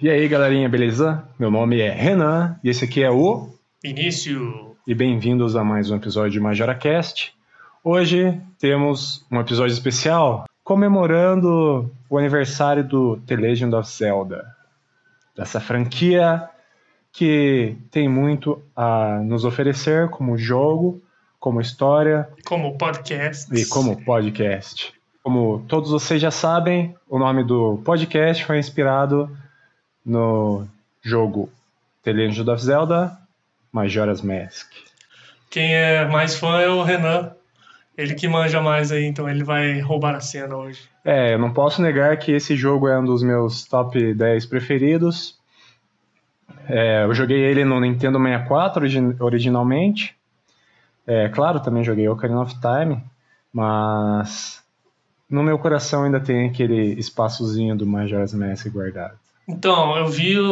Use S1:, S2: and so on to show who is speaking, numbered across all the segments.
S1: E aí, galerinha, beleza? Meu nome é Renan e esse aqui é o
S2: Início.
S1: e bem-vindos a mais um episódio de MajoraCast. Hoje temos um episódio especial comemorando o aniversário do The Legend of Zelda, dessa franquia que tem muito a nos oferecer como jogo, como história
S2: Como podcast.
S1: e como podcast. Como todos vocês já sabem, o nome do podcast foi inspirado no jogo The Legend of Zelda Majora's Mask.
S2: Quem é mais fã é o Renan. Ele que manja mais aí, então ele vai roubar a cena hoje.
S1: É, eu não posso negar que esse jogo é um dos meus top 10 preferidos. É, eu joguei ele no Nintendo 64 origi- originalmente. É, claro, também joguei Ocarina of Time, mas no meu coração ainda tem aquele espaçozinho do Majora's Mask guardado.
S2: Então, eu vi o-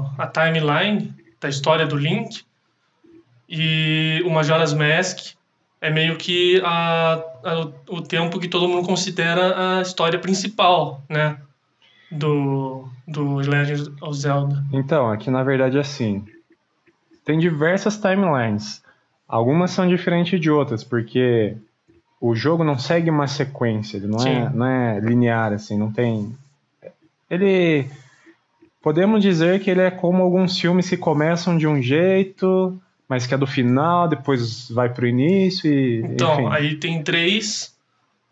S2: o- a timeline da história do Link e o Majora's Mask é meio que a- a- o tempo que todo mundo considera a história principal, né? Do, do Legend of Zelda.
S1: Então, aqui na verdade é assim. Tem diversas timelines. Algumas são diferentes de outras, porque o jogo não segue uma sequência, ele não, é,
S2: Sim.
S1: não é linear, assim, não tem. Ele. Podemos dizer que ele é como alguns filmes que começam de um jeito, mas que é do final, depois vai pro início e.
S2: Então,
S1: enfim.
S2: aí tem três,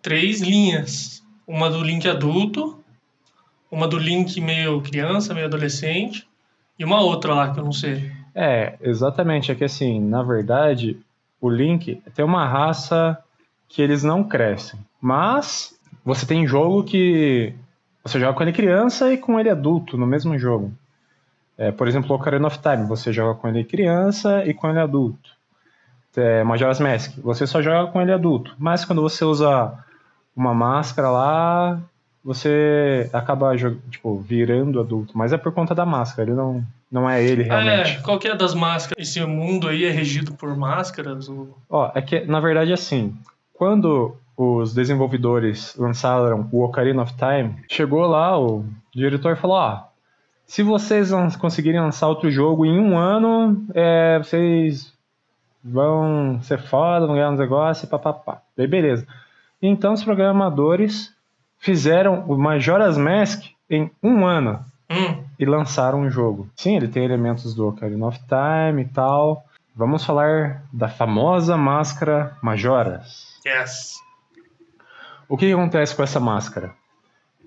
S2: três linhas. Uma do Link adulto, uma do Link meio criança, meio adolescente, e uma outra lá que eu não sei.
S1: É, exatamente. É que assim, na verdade, o Link tem uma raça que eles não crescem. Mas você tem jogo que você joga com ele criança e com ele adulto no mesmo jogo. É, por exemplo, Ocarina of Time, você joga com ele criança e com ele adulto. É, Majora's Mask, você só joga com ele adulto. Mas quando você usa uma máscara lá, você acaba jo- tipo, virando adulto. Mas é por conta da máscara, ele não, não é ele realmente.
S2: É, qual que é das máscaras? Esse mundo aí é regido por máscaras? Ou...
S1: Ó, é que, na verdade, assim, quando os desenvolvedores lançaram o Ocarina of Time, chegou lá o diretor e falou, ó, se vocês lan- conseguirem lançar outro jogo em um ano, é, vocês vão ser foda, vão ganhar uns negócios e papapá. Daí, beleza. Então, os programadores fizeram o Majora's Mask em um ano
S2: Hum,
S1: e lançaram um jogo. Sim, ele tem elementos do Ocarina of Time e tal. Vamos falar da famosa máscara Majoras.
S2: yes.
S1: O que acontece com essa máscara?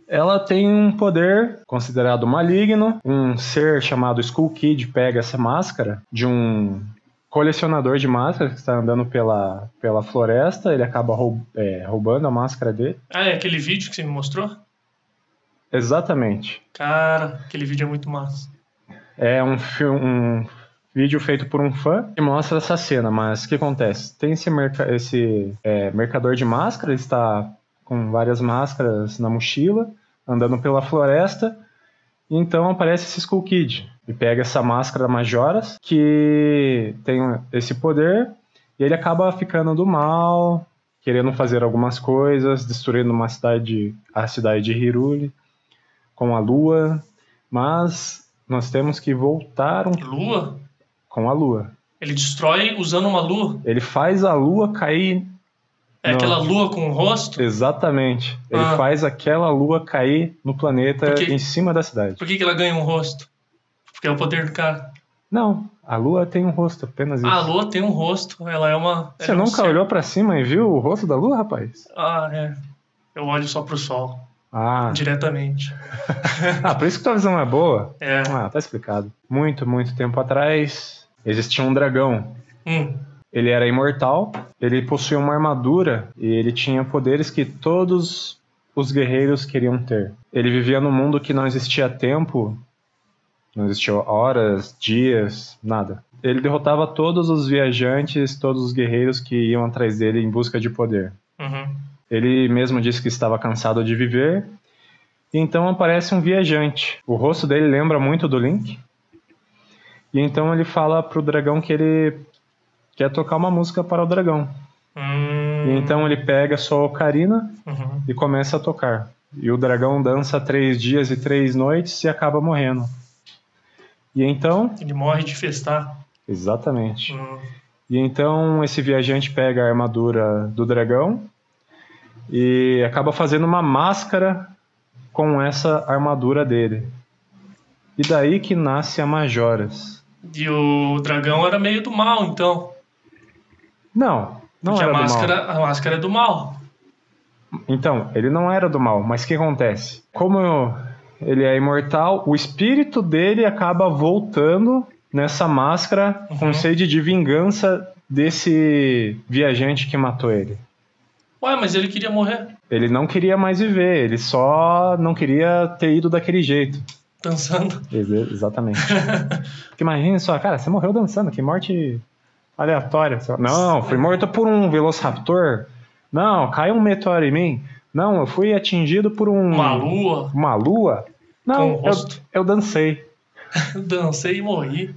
S1: Ela tem um poder considerado maligno. Um ser chamado Skull Kid pega essa máscara de um colecionador de máscaras que está andando pela, pela floresta. Ele acaba roub- é, roubando a máscara dele.
S2: Ah, é aquele vídeo que você me mostrou?
S1: Exatamente.
S2: Cara, aquele vídeo é muito massa.
S1: É um, fi- um vídeo feito por um fã que mostra essa cena, mas o que acontece? Tem esse, merca- esse, é, mercador de máscara, ele está com várias máscaras na mochila, andando pela floresta, e então aparece esse Skull Kid. E pega essa máscara Majoras, que tem esse poder, e ele acaba ficando do mal, querendo fazer algumas coisas, destruindo uma cidade, a cidade de Hiruli, com a lua, mas nós temos que voltar um
S2: Lua?
S1: com a lua.
S2: Ele destrói usando uma lua?
S1: Ele faz a lua cair
S2: É
S1: Não.
S2: aquela lua com o rosto?
S1: exatamente. Ele
S2: Ah.
S1: faz aquela lua cair no planeta
S2: Porque-
S1: em cima da cidade.
S2: Por que, que ela ganha um rosto? Porque é o poder do cara.
S1: Não, a lua tem um rosto, apenas isso.
S2: A lua tem um rosto, ela é uma.
S1: Você
S2: ela é um
S1: nunca
S2: ser.
S1: olhou pra cima e viu o rosto da lua, rapaz?
S2: Ah, é. Eu olho só pro sol,
S1: Ah,
S2: diretamente.
S1: ah por isso que tua visão é boa.
S2: É.
S1: Ah, tá explicado. Muito, muito tempo atrás, existia um dragão
S2: Hum.
S1: Ele era imortal, ele possuía uma armadura e ele tinha poderes que todos os guerreiros queriam ter. Ele vivia num mundo que não existia tempo, não existia horas, dias, nada. Ele derrotava todos os viajantes, todos os guerreiros que iam atrás dele em busca de poder.
S2: Uhum.
S1: Ele mesmo disse que estava cansado de viver. E então aparece um viajante. O rosto dele lembra muito do Link. E então ele fala pro dragão que ele quer tocar uma música para o dragão.
S2: Hum.
S1: E então ele pega sua ocarina
S2: Uhum.
S1: e começa a tocar. E o dragão dança três dias e três noites e acaba morrendo. E então.
S2: Ele morre de festar.
S1: Exatamente.
S2: Hum.
S1: E então esse viajante pega a armadura do dragão e acaba fazendo uma máscara com essa armadura dele. E daí que nasce a Majoras.
S2: E o dragão era meio do mal, então.
S1: Não, não
S2: Porque
S1: era do
S2: a
S1: mal.
S2: máscara, a máscara é do mal.
S1: Então, ele não era do mal, mas o que acontece? Como ele é imortal, o espírito dele acaba voltando nessa máscara com
S2: Uhum.
S1: sede de vingança desse viajante que matou ele.
S2: Ué, mas ele queria morrer
S1: Ele não queria mais viver, ele só não queria ter ido daquele jeito.
S2: dançando.
S1: Ex- Exatamente. Porque imagina só, cara, você morreu dançando, que morte aleatória. Você fala, Não, fui morto por um Velociraptor. Não, caiu um meteoro em mim. Não, eu fui atingido por um.
S2: Uma lua,
S1: Uma lua?
S2: Com o
S1: Não, eu,
S2: rosto.
S1: eu dancei.
S2: dancei e morri.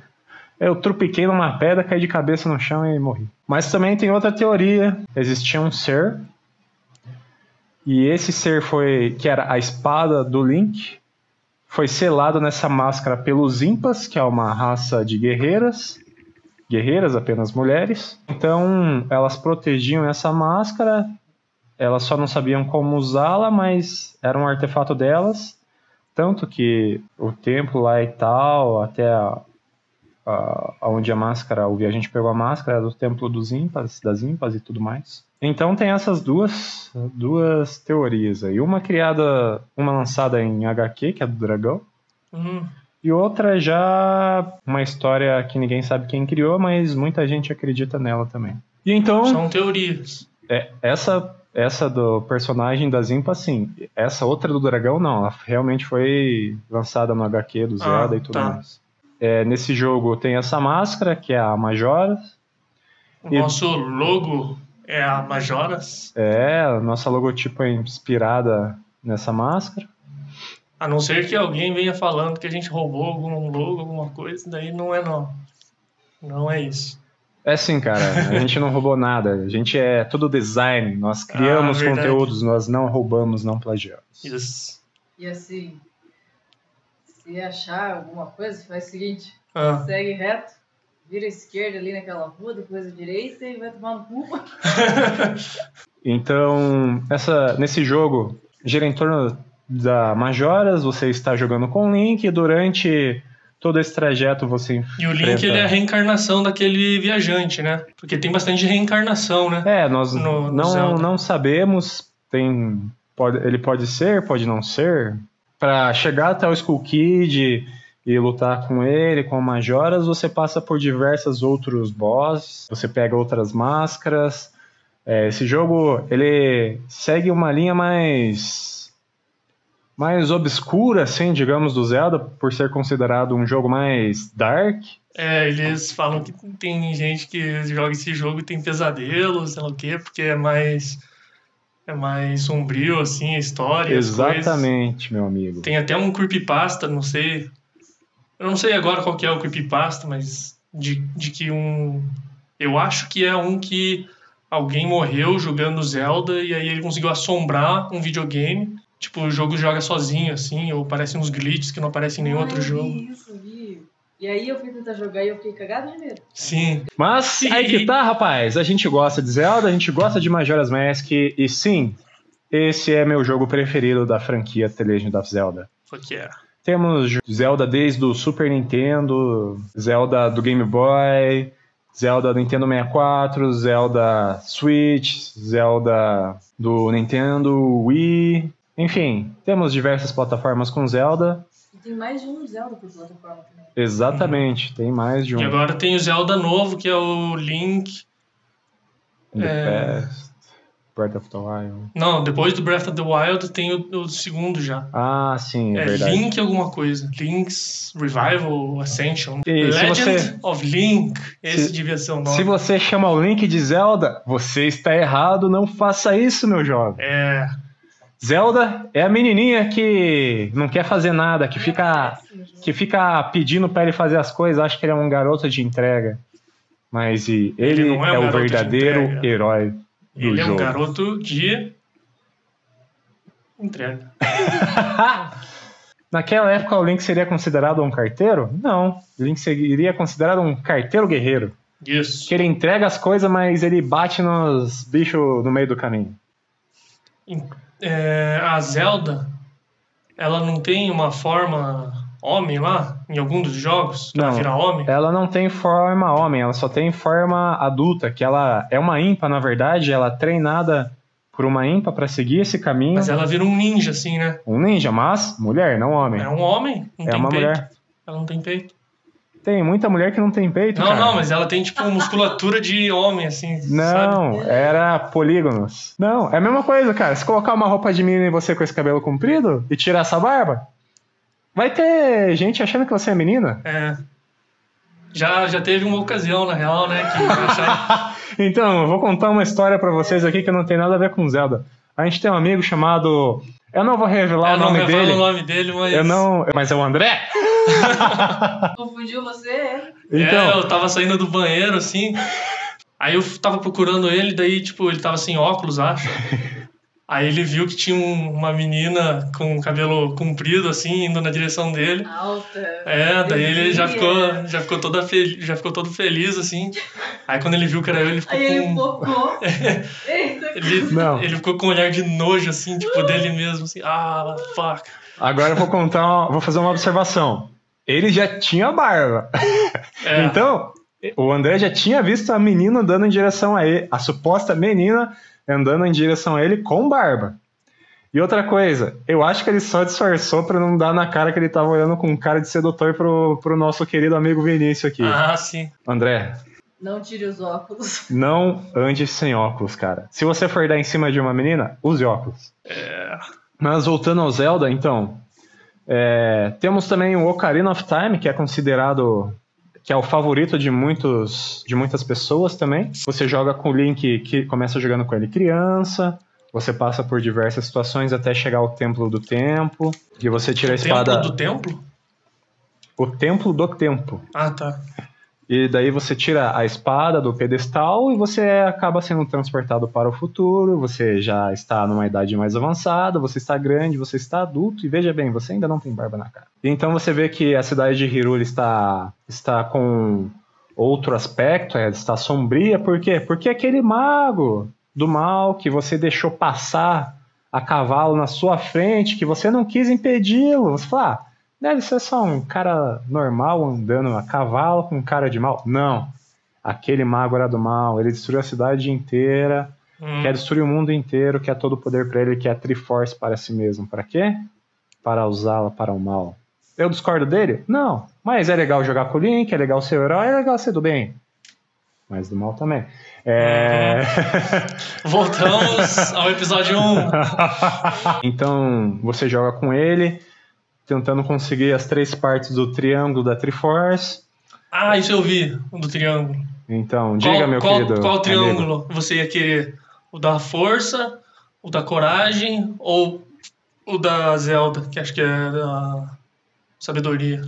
S1: Eu trupiquei numa pedra, caí de cabeça no chão e morri. Mas também tem outra teoria. Existia um ser. E esse ser foi. que era a espada do Link. Foi selado nessa máscara pelos Impas, que é uma raça de guerreiras. Guerreiras, apenas mulheres. Então, elas protegiam essa máscara. Elas só não sabiam como usá-la, mas era um artefato delas. Tanto que o templo lá e tal, até a, a, onde a máscara, o viajante pegou a máscara, era do templo dos ímpares, das ímpares e tudo mais. Então tem essas duas, duas teorias aí. Uma criada, uma lançada em HQ, que é do dragão,
S2: Hum,
S1: e outra já uma história que ninguém sabe quem criou, mas muita gente acredita nela também. E então,
S2: são teorias.
S1: é, essa essa do personagem das ímpas, sim. Essa outra do dragão, não. Ela realmente foi lançada no HQ do
S2: Ah,
S1: Zelda e tudo
S2: tá.
S1: mais. É, nesse jogo tem essa máscara, que é a Majora.
S2: O
S1: E-
S2: nosso logo é a Majoras.
S1: É, a nossa logotipo é inspirada nessa máscara.
S2: A não ser que alguém venha falando que a gente roubou algum logo, alguma coisa, daí não é não. Não é isso.
S1: É sim, cara. A gente não roubou nada. A gente é tudo design. Nós criamos
S2: Ah, verdade.
S1: conteúdos, nós não roubamos, não plagiamos.
S2: Isso.
S3: E assim, se achar alguma coisa, faz o seguinte:
S2: Ah,
S3: segue reto, vira à esquerda ali naquela rua, depois à direita e vai tomar no cu.
S1: Então, essa, nesse jogo, gira em torno da Majoras, você está jogando com o Link, e durante todo esse trajeto você... enf-
S2: e o Link
S1: Preta.
S2: ele é a reencarnação daquele viajante, né? Porque tem bastante reencarnação, né?
S1: É, nós
S2: No- no
S1: não,
S2: Zelda.
S1: não sabemos, tem, pode, ele pode ser, pode não ser. Para chegar até o Skull Kid e lutar com ele, com a Majoras, você passa por diversos outros bosses, você pega outras máscaras. É, esse jogo, ele segue uma linha mais mais obscura, assim, digamos, do Zelda, por ser considerado um jogo mais dark.
S2: É, eles falam que tem gente que joga esse jogo e tem pesadelo, sei lá o quê, porque é mais é mais sombrio assim a história, as coisas.
S1: Exatamente, meu amigo.
S2: Tem até um creepypasta, não sei. Eu não sei agora qual que é o creepypasta, mas de, de que um eu acho que é um que alguém morreu jogando Zelda e aí ele conseguiu assombrar um videogame. Tipo, o jogo joga sozinho, assim, ou parecem uns glitches que não aparecem em nenhum outro
S3: Ai,
S2: jogo.
S3: Isso, vi. E aí eu fui tentar jogar e eu fiquei cagado de medo.
S2: Sim.
S1: Mas
S2: Sim.
S1: aí que tá, rapaz. A gente gosta de Zelda, a gente gosta de Majora's Mask e sim, esse é meu jogo preferido da franquia The Legend of Zelda.
S2: Foi que é.
S1: Temos Zelda desde o Super Nintendo, Zelda do Game Boy, Zelda do Nintendo 64, Zelda Switch, Zelda do Nintendo Wii. Enfim, temos diversas plataformas com Zelda.
S3: E tem mais de um Zelda por plataforma também.
S1: Exatamente, tem mais de um.
S2: E agora tem o Zelda novo, que é o Link.
S1: The
S2: é.
S1: Past, Breath of the Wild.
S2: Não, depois do Breath of the Wild tem o, o segundo já.
S1: Ah, sim, é,
S2: É,
S1: verdade.
S2: Link alguma coisa. Link's Revival, Ascension.
S1: E se
S2: Legend
S1: você-
S2: of Link. Esse
S1: Se-
S2: devia ser o nome.
S1: Se você chama o Link de Zelda, você está errado, não faça isso, meu jovem.
S2: É,
S1: Zelda é a menininha que não quer fazer nada, que fica
S3: Ah, é Péssimo jogo.
S1: que fica pedindo pra ele fazer as coisas, acha que ele é um garoto de entrega. Mas e, ele,
S2: Ele não é um
S1: é, o
S2: garoto de
S1: verdadeiro
S2: entrega.
S1: herói do
S2: ele é um
S1: jogo.
S2: garoto de Entrega.
S1: Naquela época, o Link seria considerado um carteiro? Não. O Link seria considerado um carteiro guerreiro.
S2: Isso.
S1: Que ele entrega as coisas, mas ele bate nos bichos no meio do caminho.
S2: É, a Zelda, ela não tem uma forma homem lá, em algum dos jogos, que ela
S1: Não. É
S2: vira homem?
S1: Ela não tem forma homem, ela só tem forma adulta, que ela é uma ímpa, na verdade, ela é treinada por uma ímpa pra seguir esse caminho.
S2: Mas ela vira um ninja, assim, né?
S1: Um ninja, mas mulher, não homem.
S2: É um homem, não
S1: É
S2: tem
S1: uma
S2: peito.
S1: mulher.
S2: Ela não tem peito.
S1: Tem muita mulher que não tem peito,
S2: Não,
S1: cara.
S2: não, mas ela tem, tipo, musculatura de homem, assim, sabe?
S1: Não, era polígonos. Não, é a mesma coisa, cara. Se colocar uma roupa de menina em você com esse cabelo comprido e tirar essa barba, vai ter gente achando que você é menina.
S2: É. Já, já teve uma ocasião, na real, né? Que acharam-
S1: Então, eu vou contar uma história pra vocês aqui que não tem nada a ver com Zelda. A gente tem um amigo chamado. Eu não vou revelar
S2: eu
S1: o
S2: É, não
S1: nome
S2: revelo
S1: dele.
S2: o nome dele, mas.
S1: Eu não. Mas é o André?
S3: Confundiu você?
S2: É,
S1: Então.
S2: eu tava saindo do banheiro, assim. Aí eu tava procurando ele, daí, tipo, ele tava sem óculos, acho. Aí ele viu que tinha um- uma menina com cabelo comprido, assim, indo na direção dele.
S3: Alta.
S2: É, daí ele já
S3: Desvia.
S2: ficou, já ficou toda feliz, já ficou todo feliz, assim. Aí quando ele viu que era eu, ele ficou
S3: Aí ele
S2: com.
S3: focou. Eita,
S2: Ele,
S1: Não.
S2: ele ficou com um olhar de nojo, assim, tipo, dele mesmo, assim, ah, fuck.
S1: Agora eu vou contar. uma- Vou fazer uma observação. Ele já tinha barba.
S2: É,
S1: Então, o André já tinha visto a menina andando em direção a ele, a suposta menina andando em direção a ele com barba. E outra coisa, eu acho que ele só disfarçou pra não dar na cara que ele tava olhando com cara de sedutor pro, pro nosso querido amigo Vinícius aqui.
S2: ah, sim.
S1: André,
S3: Não tire os óculos.
S1: não ande sem óculos, cara. Se você for dar em cima de uma menina, use óculos. É. Mas voltando ao Zelda, então. é, temos também o Ocarina of Time, que é considerado. que é o favorito de, muitos, de muitas pessoas também. Você joga com o Link, que começa jogando com ele criança. Você passa por diversas situações até chegar ao Templo do Tempo. E você tira a espada.
S2: Templo do templo?
S1: O Templo do Tempo.
S2: Ah, tá.
S1: E daí você tira a espada do pedestal e você acaba sendo transportado para o futuro. Você já está numa idade mais avançada, você está grande, você está adulto e veja bem, você ainda não tem barba na cara. E então você vê que a cidade de Hyrule está está com outro aspecto, ela está sombria, por quê? Porque aquele mago do mal que você deixou passar a cavalo na sua frente, que você não quis impedi-lo, você fala, "Ah, Deve ser só um cara normal andando a cavalo com cara de mal. Não. Aquele mago era do mal. Ele destruiu a cidade inteira,
S2: Hum.
S1: quer destruir o mundo inteiro, quer todo o poder pra ele, quer a Triforce para si mesmo. Pra quê? Para usá-la para o mal. Eu discordo dele? Não. Mas é legal jogar com o Link, é legal ser herói, é legal ser do bem. Mas do mal também. É.
S2: Voltamos ao episódio 1.
S1: Então você joga com ele, tentando conseguir as três partes do triângulo da Triforce.
S2: Ah, isso eu vi, o do triângulo.
S1: Então, diga,
S2: qual,
S1: meu
S2: qual,
S1: querido.
S2: Qual
S1: amigo.
S2: triângulo você ia querer? O da força, o da coragem ou o da Zelda, que acho que é a sabedoria?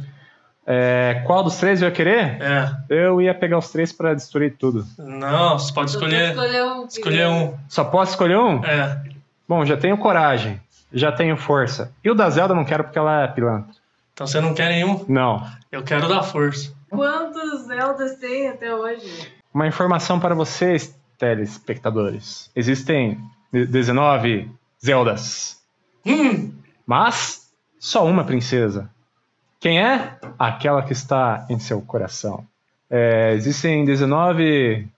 S1: É, qual dos três eu ia querer?
S2: É.
S1: Eu ia pegar os três pra destruir tudo.
S2: Não, você pode escolher,
S3: Escolher um.
S2: escolher um.
S1: Só posso escolher um?
S2: É.
S1: Bom, já tenho coragem, já tenho força. E o da Zelda eu não quero porque ela é pilantra.
S2: Então você não quer nenhum?
S1: Não.
S2: Eu quero o da força.
S3: Quantos Zeldas tem até hoje?
S1: Uma informação para vocês, telespectadores. Existem de- 19 Zeldas,
S2: Hum,
S1: mas só uma princesa. Quem é? Aquela que está em seu coração. É, existem 19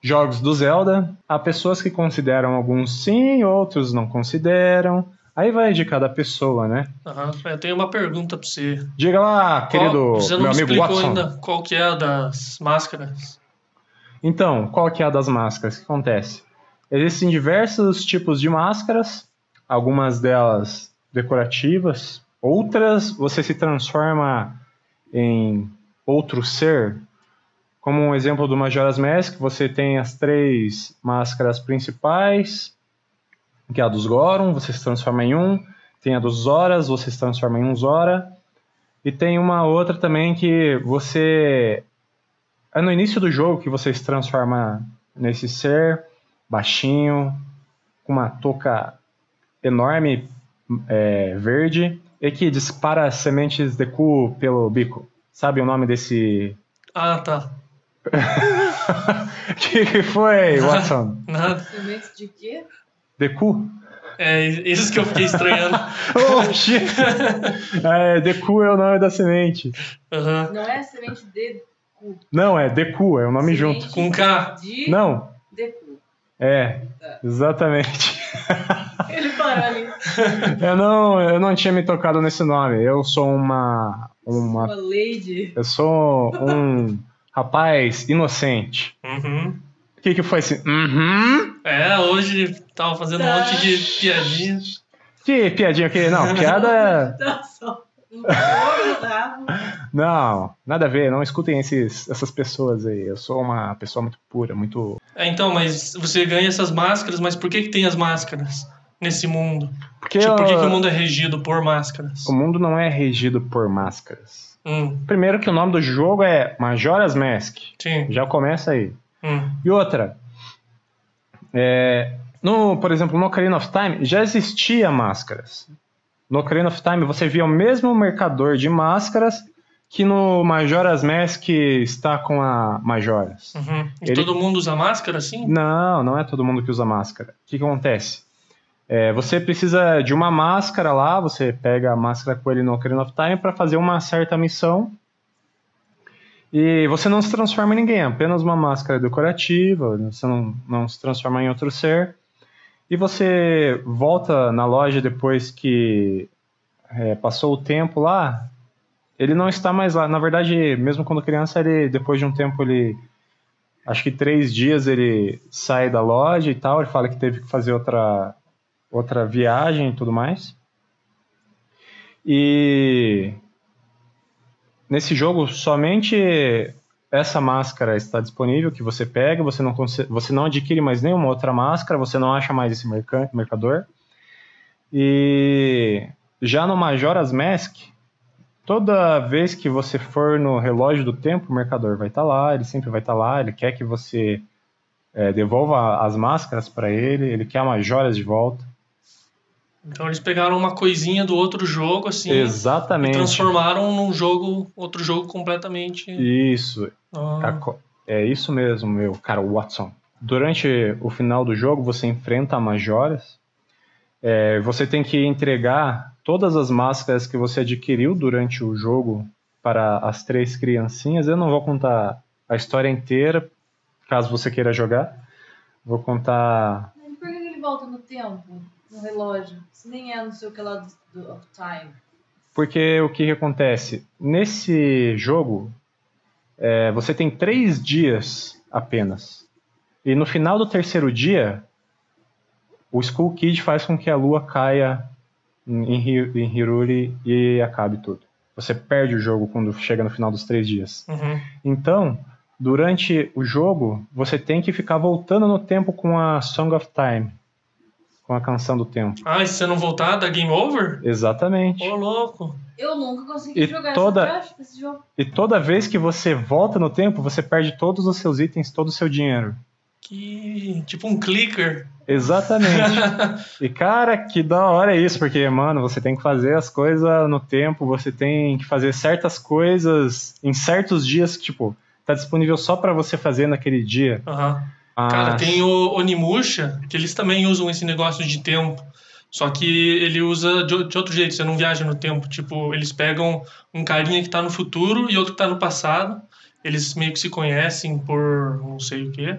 S1: jogos do Zelda. Há pessoas que consideram alguns sim, outros não consideram. Aí vai de cada pessoa, né?
S2: aham. eu tenho uma pergunta pra você.
S1: Diga lá, querido
S2: Qual- você não
S1: meu
S2: me
S1: amigo
S2: explicou
S1: Watson.
S2: ainda qual que é a das máscaras.
S1: Então, qual que é a das máscaras? O que acontece? Existem diversos tipos de máscaras, algumas delas decorativas, outras você se transforma em outro ser. Como um exemplo do Majora's Mask, você tem as três máscaras principais, que é a dos Goron, você se transforma em um, tem a dos Zoras, você se transforma em um Zora, e tem uma outra também que você é no início do jogo que você se transforma nesse ser baixinho, com uma touca enorme é, verde e que dispara sementes de cu pelo bico. Sabe o nome desse.
S2: Ah, tá.
S1: que que foi, Watson?
S2: Nada.
S3: Sementes de quê?
S1: De cu?
S2: É isso que eu fiquei estranhando.
S1: Oh, shit. é, de cu é o nome da semente.
S2: Aham.
S3: Não é semente de cu.
S1: Não, é de cu, é o nome junto.
S2: Com K.
S3: De,
S1: Não,
S3: de cu.
S1: é,
S3: Tá.
S1: exatamente.
S3: Ele parou ali.
S1: Eu não, eu não tinha me tocado nesse nome. Eu sou uma. uma
S3: Uma lady.
S1: eu sou um rapaz inocente.
S2: Uhum.
S1: O que, que foi esse? Uhum.
S2: É, hoje tava fazendo um monte de piadinhas.
S1: Que piadinha que. Não, piada. é-
S3: Tá só. Um couro bravo.
S1: Não, nada a ver. Não escutem esses, essas pessoas aí. Eu sou uma pessoa muito pura, muito.
S2: É, então, mas você ganha essas máscaras, mas por que, que tem as máscaras nesse mundo?
S1: Porque
S2: tipo, por que,
S1: eu-
S2: que o mundo é regido por máscaras?
S1: o mundo não é regido por máscaras.
S2: Hum,
S1: Primeiro que o nome do jogo é Majora's Mask.
S2: sim.
S1: Já começa aí.
S2: Hum.
S1: E outra, é, no, por exemplo, no Ocarina of Time já existia máscaras. No Ocarina of Time você via o mesmo mercador de máscaras que no Majora's Mask está com a Majora's.
S2: Uhum. E
S1: Ele-
S2: todo mundo usa máscara, assim?
S1: Não, não é todo mundo que usa máscara. O que, que acontece? É, você precisa de uma máscara lá, você pega a máscara com ele no Ocarina of Time para fazer uma certa missão. E você não se transforma em ninguém, é apenas uma máscara decorativa, você não, não se transforma em outro ser. E você volta na loja depois que é, passou o tempo lá, ele não está mais lá. Na verdade, mesmo quando criança, ele depois de um tempo ele acho que três dias ele sai da loja e tal, ele fala que teve que fazer outra, outra viagem e tudo mais. E nesse jogo somente essa máscara está disponível que você pega, você não conse- você não adquire mais nenhuma outra máscara, você não acha mais esse mercan- mercador. E já no Majora's Mask, Toda vez que você for no relógio do tempo, o mercador vai estar lá, ele sempre vai estar lá, ele quer que você eh, devolva as máscaras para ele, ele quer umas joias de volta.
S2: Então eles pegaram uma coisinha do outro jogo, assim, e
S1: Exatamente.
S2: transformaram num jogo, outro jogo completamente.
S1: Isso,
S2: Ah,
S1: Caco- é isso mesmo, meu caro Watson. Durante o final do jogo, você enfrenta a Majoras. É, você tem que entregar todas as máscaras que você adquiriu durante o jogo para as três criancinhas. Eu não vou contar a história inteira, caso você queira jogar. Vou contar.
S3: Por que ele volta no tempo? No relógio? Se nem é no sei o que lá do, do of time.
S1: Porque o que, que acontece? Nesse jogo, é, você tem três dias apenas. E no final do terceiro dia, o Skull Kid faz com que a lua caia em, Hi- em Hiruri e acabe tudo. Você perde o jogo quando chega no final dos três dias.
S2: uhum.
S1: Então, durante o jogo, você tem que ficar voltando no tempo com a Song of Time com a canção do tempo.
S2: Ah, e se você não voltar, dá game over?
S1: Exatamente.
S2: Ô, louco.
S3: Eu nunca consegui
S1: E
S3: jogar
S1: toda-
S3: essa caixa desse jogo.
S1: E toda vez que você volta no tempo, você perde todos os seus itens, todo o seu dinheiro.
S2: Que. Tipo um clicker.
S1: Exatamente. e cara, que da hora é isso, porque, mano, você tem que fazer as coisas no tempo, você tem que fazer certas coisas em certos dias, tipo, tá disponível só pra você fazer naquele dia. Ah,
S2: Aham.
S1: Mas-
S2: Cara, tem o Onimusha, que eles também usam esse negócio de tempo. Só que ele usa de, o- de outro jeito, você não viaja no tempo. Tipo, eles pegam um carinha que tá no futuro e outro que tá no passado. Eles meio que se conhecem por não sei o quê.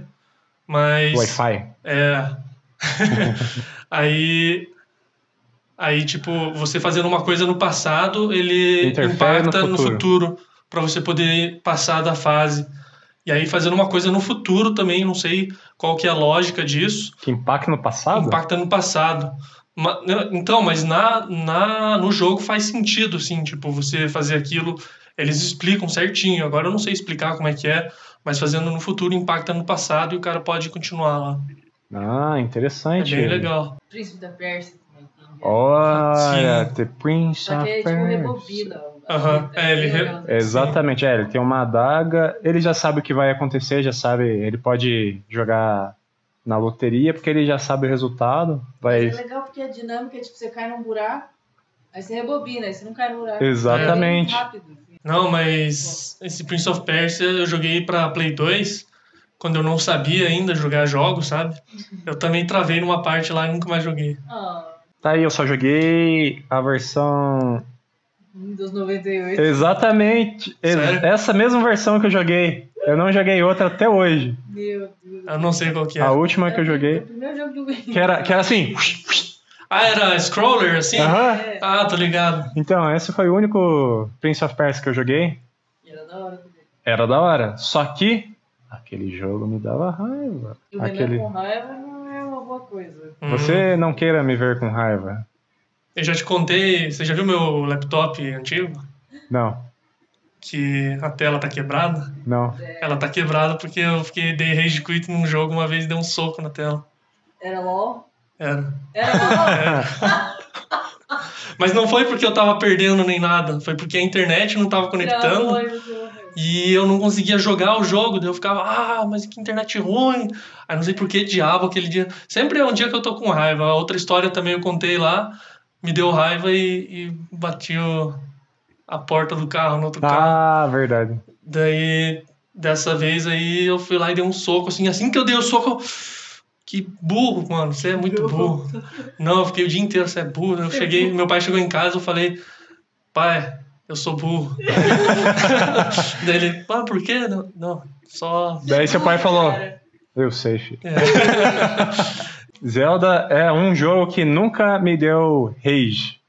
S2: Mas.
S1: Wi-Fi.
S2: É. aí. Aí, tipo, você fazendo uma coisa no passado, ele
S1: Interfere no
S2: impacta no
S1: futuro.
S2: futuro, pra você poder passar da fase. E aí, fazendo uma coisa no futuro também, não sei qual que é a lógica disso,
S1: Que impacta no passado?
S2: impacta no passado. Ma- né, Então, mas na, na no jogo faz sentido, assim, tipo, você fazer aquilo, eles explicam certinho. Agora eu não sei explicar como é que é, mas fazendo no futuro impacta no passado e o cara pode continuar lá.
S1: Ah,
S2: É
S1: interessante.
S2: bem legal.
S3: Príncipe da Pérsia também. tem.
S1: Olha,
S2: Sim.
S1: The Prince
S3: Só
S1: of
S3: que é tipo
S1: Persia.
S3: rebobina.
S2: Aham, é, ele re-
S1: Exatamente, é, ele tem uma adaga, ele já sabe o que vai acontecer, já sabe, ele pode jogar na loteria, porque ele já sabe o resultado. Vai...
S3: É legal porque a dinâmica é tipo, você cai num buraco, aí você rebobina, aí você não cai no buraco.
S1: Exatamente.
S3: É rápido. assim.
S2: Não, mas esse Prince of Persia eu joguei pra Play 2 quando eu não sabia ainda jogar jogos, sabe? Eu também travei numa parte lá e nunca mais joguei.
S3: Ah,
S1: Tá aí, eu só joguei a versão.
S3: Windows 98.
S1: Exatamente! ex-
S2: Sério?
S1: Essa mesma versão que eu joguei. Eu não joguei outra até hoje.
S3: Meu Deus.
S2: Eu não sei qual que é.
S1: A última que eu
S3: É
S1: joguei.
S3: o primeiro jogo que eu ganhei.
S1: Que era, que era assim.
S2: Ah, era scroller assim?
S1: Aham.
S3: É,
S2: Ah, tô ligado.
S1: Então, esse foi o único Prince of Persia que eu joguei.
S3: e era da hora. também.
S1: Era da hora. Só que aquele jogo me dava raiva.
S3: E o é
S1: Aquele.
S3: Renan com raiva não é uma boa coisa.
S2: Hum.
S1: Você não queira me ver com raiva.
S2: Eu já te contei, você já viu meu laptop antigo?
S1: Não,
S2: Que a tela tá quebrada?
S1: não.
S2: Ela tá quebrada porque eu fiquei dei rage quit num jogo uma vez e dei um soco na tela.
S3: Era LOL?
S2: Era.
S3: Era LOL.
S2: Mas não foi porque eu tava perdendo nem nada, foi porque a internet não tava conectando.
S3: Era LOL.
S2: E eu não conseguia jogar o jogo, daí eu ficava, ah, mas que internet ruim. Aí não sei por que diabo aquele dia. Sempre é um dia que eu tô com raiva. A outra história também eu contei lá, me deu raiva e, e bati o- a porta do carro no outro carro.
S1: Ah, verdade.
S2: Daí, dessa vez aí, eu fui lá e dei um soco, assim. Assim que eu dei o soco, eu... Que burro, mano. Você é muito burro. Não, eu fiquei o dia inteiro, você é burro. Eu cheguei, meu pai chegou em casa, eu falei... Pai, eu sou burro. Daí ele... Pá, por quê? Não, não, só... é,
S1: Daí seu pai falou: Eu sei, filho. Zelda é um jogo que nunca me deu rage.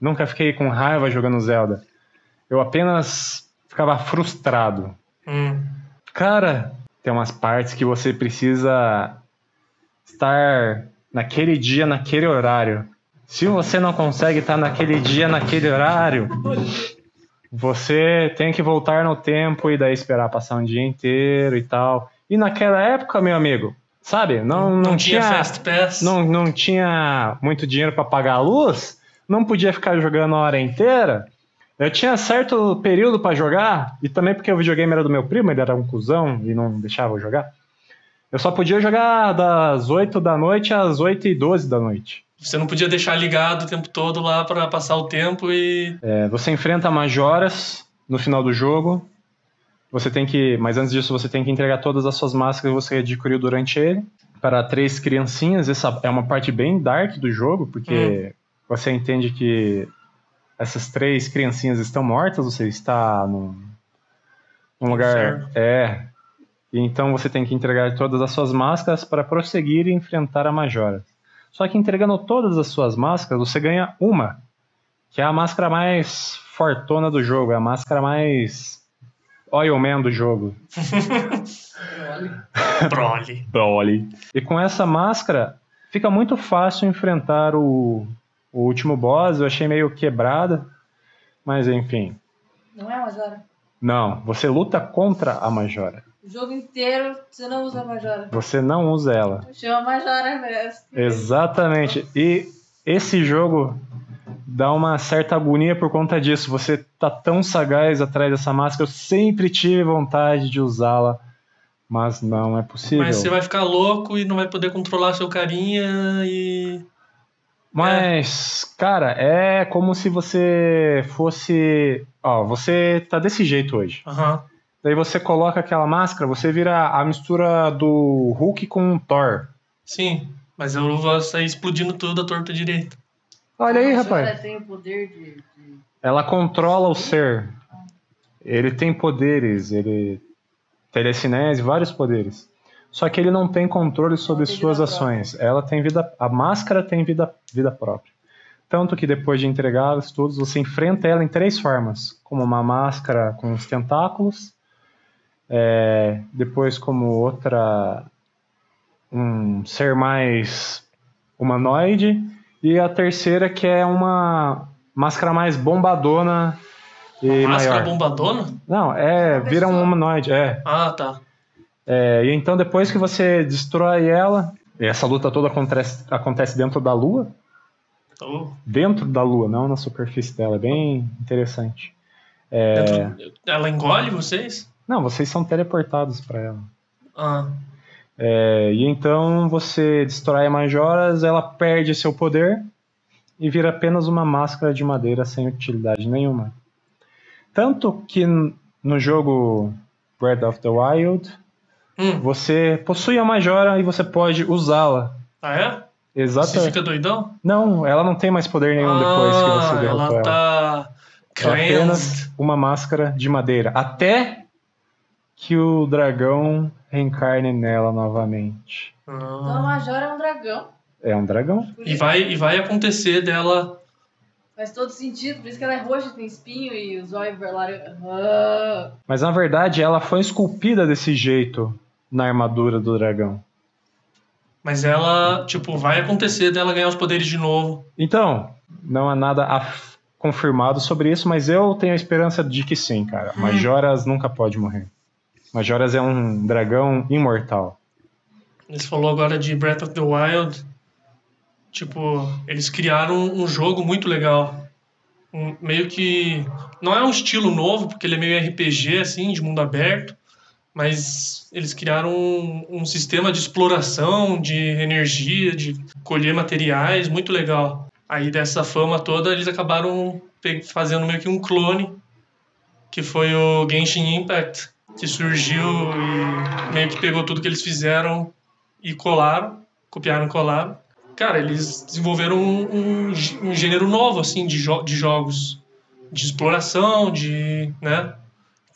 S1: Nunca fiquei com raiva jogando Zelda. Eu apenas ficava frustrado.
S2: Hum,
S1: Cara, tem umas partes que você precisa estar naquele dia, naquele horário. Se você não consegue estar naquele dia, naquele horário, você tem que voltar no tempo e daí esperar passar um dia inteiro e tal. E naquela época, meu amigo, sabe? Não, não, tinha,
S2: Fast Pass.
S1: não, não tinha muito dinheiro para pagar a luz, não podia ficar jogando a hora inteira. Eu tinha certo período para jogar, e também porque o videogame era do meu primo, ele era um cuzão e não deixava eu jogar. Eu só podia jogar das 8 da noite às 8 e 12 da noite.
S2: Você não podia deixar ligado o tempo todo lá pra passar o tempo e...
S1: É, você enfrenta majoras no final do jogo. Você tem que. Mas antes disso, você tem que entregar todas as suas máscaras que você adquiriu durante ele. Para três criancinhas. Essa é uma parte bem dark do jogo, porque você entende que essas três criancinhas estão mortas, você está num, num lugar.
S2: Inferno.
S1: É. E Então você tem que entregar todas as suas máscaras para prosseguir e enfrentar a Majora. Só que entregando todas as suas máscaras, você ganha uma que é a máscara mais fortona do jogo, é a máscara mais oil man do jogo.
S3: Olha.
S2: Prole.
S1: Dolly. E com essa máscara, fica muito fácil enfrentar o, o último boss, eu achei meio quebrada, mas enfim.
S3: Não é Majora?
S1: Não, você luta contra a Majora.
S3: O jogo inteiro você não usa Majora.
S1: Você não usa ela.
S3: Chama Majora mesmo.
S1: Exatamente. E esse jogo dá uma certa agonia por conta disso. Você tá tão sagaz atrás dessa máscara, eu sempre tive vontade de usá-la, mas não é possível.
S2: Mas você vai ficar louco e não vai poder controlar seu carinha e...
S1: Mas, cara, é como se você fosse. Ó, você tá desse jeito hoje.
S2: Aham.
S1: Daí você coloca aquela máscara, você vira a mistura do Hulk com o Thor.
S2: Sim, mas eu vou sair explodindo tudo à torta direita.
S1: Olha aí,
S3: A Majora
S1: rapaz.
S3: tem o poder de- de...
S1: Ela controla o ser. Ele tem poderes, ele. Telecinese, vários poderes. Só que ele não tem controle sobre
S3: Ela tem
S1: suas
S3: vida
S1: ações. Ela tem vida. A máscara tem vida, vida própria. Tanto que depois de entregá-las todos, você enfrenta ela em três formas: como uma máscara com os tentáculos, é, depois, como outra. um ser mais humanoide, e a terceira, que é uma máscara mais bombadona e
S2: Máscara
S1: maior.
S2: bombadona?
S1: Não, é,
S3: Uma
S1: vira um
S3: pessoa.
S1: humanoide, é.
S2: Ah, tá.
S1: É, E então depois que você destrói ela, e essa luta toda acontece, acontece dentro da lua,
S2: Então,
S1: dentro da lua, não na superfície dela, é bem interessante.
S2: dentro- Ela engole vocês?
S1: Não, vocês são teleportados pra ela.
S2: Ah,
S1: É, e então você destrói a Majoras, ela perde seu poder e vira apenas uma máscara de madeira sem utilidade nenhuma. Tanto que n- no jogo Breath of the Wild,
S2: Hum,
S1: você possui a Majora e você pode usá-la.
S2: ah, é? Você
S1: Exatamente.
S2: fica doidão?
S1: Não, ela não tem mais poder nenhum depois que você
S2: Ah,
S1: derrotou
S2: ela
S1: ela.
S2: tá
S1: É
S2: cleansed.
S1: apenas uma máscara de madeira. Até que o dragão reencarne nela novamente.
S3: Então a
S2: Ah,
S3: Majora é um dragão.
S1: É um dragão?
S3: Por
S2: e,
S3: isso
S2: vai, e vai acontecer dela.
S3: Faz todo sentido, por isso que ela é roxa, tem espinho e os olhos verlaram. Ah,
S1: Mas na verdade ela foi esculpida desse jeito na armadura do dragão.
S2: Mas ela, tipo, vai acontecer dela ganhar os poderes de novo.
S1: Então, não há nada af- confirmado sobre isso, mas eu tenho a esperança de que sim, cara.
S2: Hum.
S1: Majoras nunca pode morrer. Majoras é um dragão imortal.
S2: Você falou agora de Breath of the Wild. Tipo, eles criaram um jogo muito legal. Um- meio que. Não é um estilo novo, porque ele é meio RPG, assim, de mundo aberto. Mas eles criaram um, um sistema de exploração, de energia, de colher materiais, muito legal. Aí dessa fama toda, eles acabaram pe- fazendo meio que um clone, que foi o Genshin Impact, que surgiu e meio que pegou tudo que eles fizeram e colaram, copiaram e colaram. Cara, eles desenvolveram um, um gê- um gênero novo, assim, de, jo- de jogos. De exploração, de. né?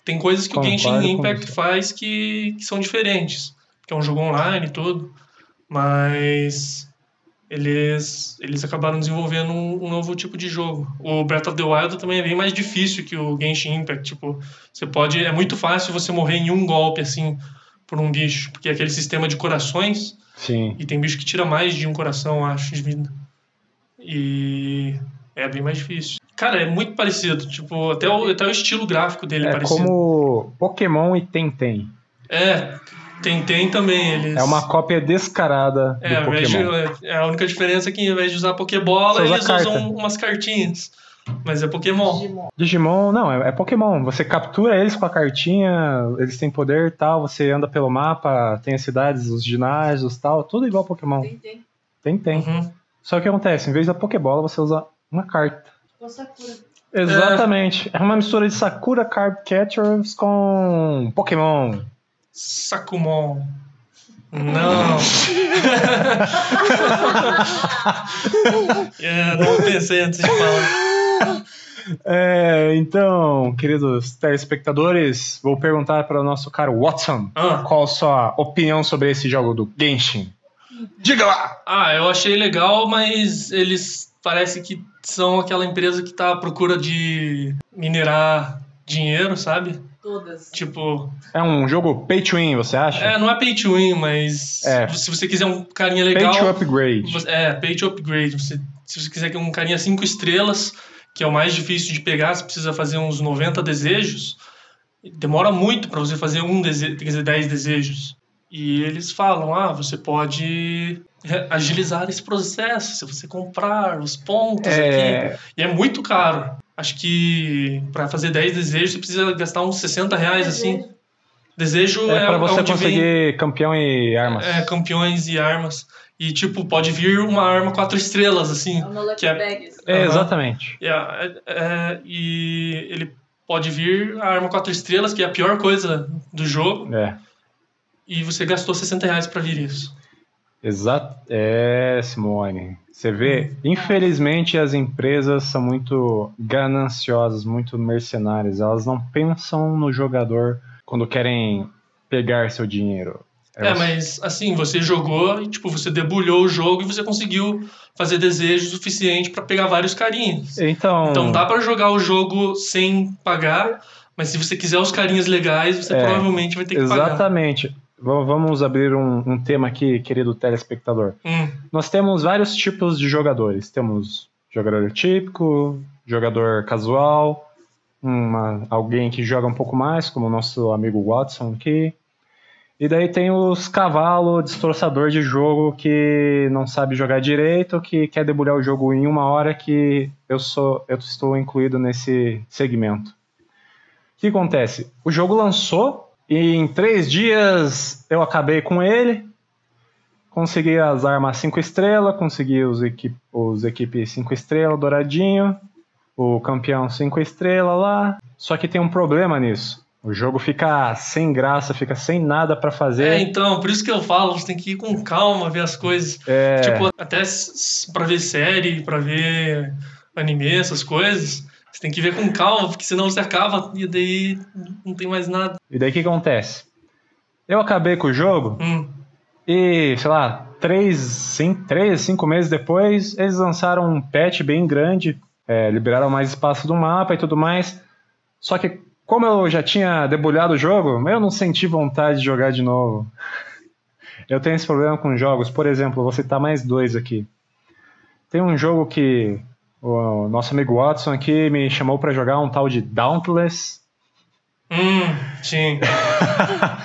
S2: Tem coisas que
S1: Concordo
S2: o Genshin
S1: com
S2: Impact
S1: você.
S2: faz que, que são diferentes. Que é um jogo online e tudo. Mas. Eles, eles acabaram desenvolvendo um, um novo tipo de jogo. O Breath of the Wild também é bem mais difícil que o Genshin Impact. Tipo, você pode. É muito fácil você morrer em um golpe, assim, por um bicho. Porque aquele sistema de corações.
S1: Sim.
S2: E tem bicho que tira mais de um coração, eu acho, de vida. E é bem mais difícil. Cara, é muito parecido. Tipo, até o, até o estilo gráfico dele é
S1: É
S2: parecido.
S1: como Pokémon e Tenten.
S2: É, tem, tem também eles.
S1: É uma cópia descarada
S2: É,
S1: do
S2: ao invés de-
S1: Pokémon.
S2: é, a única diferença é que ao invés de usar Pokébola,
S1: Você usa
S2: eles
S1: carta.
S2: usam umas cartinhas. Mas é Pokémon.
S3: Digimon.
S1: Digimon, não, é, é Pokémon. Você captura eles com a cartinha, eles têm poder e tal, você anda pelo mapa, tem as cidades, os ginásios e tal, tudo igual Pokémon.
S3: Tem, tem.
S1: Tem, tem.
S2: Uhum.
S1: Só que o que acontece, em vez da Pokébola, você usa uma carta.
S3: Tipo Sakura.
S1: Exatamente. É, uma mistura de Sakura Card Catchers com Pokémon.
S2: Sakumon. Não. é, não pensei antes de falar.
S1: É, então, queridos telespectadores, vou perguntar para o nosso caro Watson
S2: Ah.
S1: qual sua opinião sobre esse jogo do Genshin. Diga lá!
S2: Ah, eu achei legal, mas eles parece que são aquela empresa que tá à procura de minerar dinheiro, sabe?
S3: Todas.
S2: Tipo,
S1: É um jogo pay to win, você acha?
S2: é, não é pay to win, mas
S1: É.
S2: se você quiser um carinha
S1: Pay
S2: legal,
S1: to upgrade.
S2: você- é, pay to upgrade. Você- se você quiser um carinha cinco estrelas, que é o mais difícil de pegar, você precisa fazer uns 90 desejos. Demora muito para você fazer um desejo, quer dizer, 10 desejos. E eles falam: ah, você pode re- agilizar esse processo se você comprar os pontos aqui.
S1: É,
S2: E é muito caro. Acho que para fazer 10 desejos você precisa gastar uns 60 reais assim.
S3: Desejo.
S2: Desejo é,
S1: é para você
S2: onde vem-
S1: conseguir campeão e armas.
S2: é, campeões e armas. E, tipo, pode vir uma arma quatro estrelas, assim.
S3: É uma Lucky
S2: Que é-
S3: Bag. assim.
S1: É,
S2: Aham.
S1: exatamente.
S2: E, a- é- é, e ele pode vir a arma quatro estrelas, que é a pior coisa do jogo.
S1: É.
S2: E você gastou 60 reais pra vir isso.
S1: Exato. É, Simone. Você vê, infelizmente as empresas são muito gananciosas, muito mercenárias. Elas não pensam no jogador quando querem pegar seu dinheiro.
S2: É,
S1: Elas-
S2: mas assim, você jogou e, tipo, você debulhou o jogo e você conseguiu fazer desejo suficiente pra pegar vários carinhas.
S1: Então,
S2: Então dá pra jogar o jogo sem pagar, mas se você quiser os carinhas legais, você
S1: É,
S2: provavelmente vai ter que pagar.
S1: exatamente. Va- Vamos abrir um, um tema aqui, querido telespectador.
S2: Hum,
S1: Nós temos vários tipos de jogadores. Temos jogador típico, jogador casual, uma, alguém que joga um pouco mais, como o nosso amigo Watson aqui. E daí tem os cavalo destroçador de jogo que não sabe jogar direito, que quer debulhar o jogo em uma hora que eu sou, eu estou incluído nesse segmento. O que acontece? O jogo lançou e em três dias eu acabei com ele Consegui as armas 5 estrelas, consegui os, equi os equipes 5 estrelas, douradinho, o campeão 5 estrelas lá. Só que tem um problema nisso. O jogo fica sem graça, fica sem nada pra
S2: É,
S1: fazer.
S2: então, por isso que eu falo, você tem que ir com calma, ver as coisas.
S1: É,
S2: Tipo, até s- s- pra ver série, pra ver anime, essas coisas, você tem que ver com calma, porque senão você acaba e daí não tem mais nada.
S1: E daí o que acontece? Eu acabei com o jogo
S2: Hum.
S1: e, sei lá, três, sim, três, cinco meses depois, eles lançaram um patch bem grande, é, liberaram mais espaço do mapa e tudo mais. Só que, como eu já tinha debulhado o jogo, eu não senti vontade de jogar de novo. Eu tenho esse problema com jogos. Por exemplo, vou citar mais dois aqui. Tem um jogo que o nosso amigo Watson aqui me chamou pra jogar, um tal de Dauntless.
S2: Hum, sim.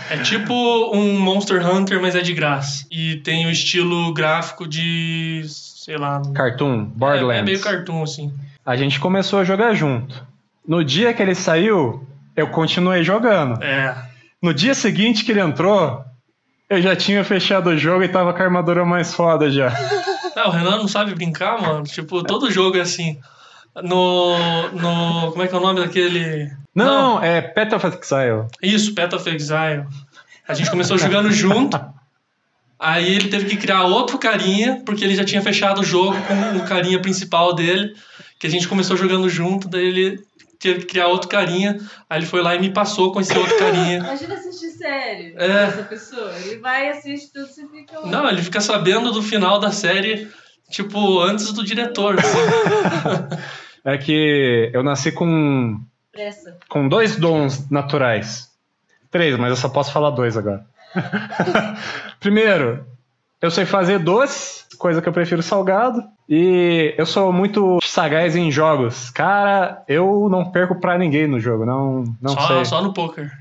S2: é tipo um Monster Hunter, mas é de graça. E tem o estilo gráfico de. sei lá.
S1: Cartoon,
S2: É,
S1: Borderlands.
S2: é meio cartoon, assim.
S1: A gente começou a jogar junto. No dia que ele saiu, eu continuei jogando.
S2: É.
S1: No dia seguinte que ele entrou, eu já tinha fechado o jogo e tava com a armadura mais foda já.
S2: Ah, o Renan não sabe brincar, mano. Tipo, todo jogo é assim. No. no como é que é o nome daquele.
S1: Não, é Path of Exile.
S2: Isso, Path of Exile. A gente começou jogando junto. Aí ele teve que criar outro carinha, porque ele já tinha fechado o jogo com o carinha principal dele, que a gente começou jogando junto, daí ele teve que criar outro carinha, aí ele foi lá e me passou com esse outro carinha.
S3: Imagina assistir série com
S2: É.
S3: essa pessoa. Ele vai, assiste tudo, você fica. um
S2: Não, ele fica sabendo do final da série, tipo, antes do diretor. assim.
S1: É que eu nasci com,
S3: Pressa.
S1: com dois dons naturais. Três, mas eu só posso falar dois agora. Primeiro, eu sei fazer doce, coisa que eu prefiro salgado. E eu sou muito sagaz em jogos. Cara, eu não perco pra ninguém no jogo, não, não
S2: só,
S1: sei.
S2: só no poker.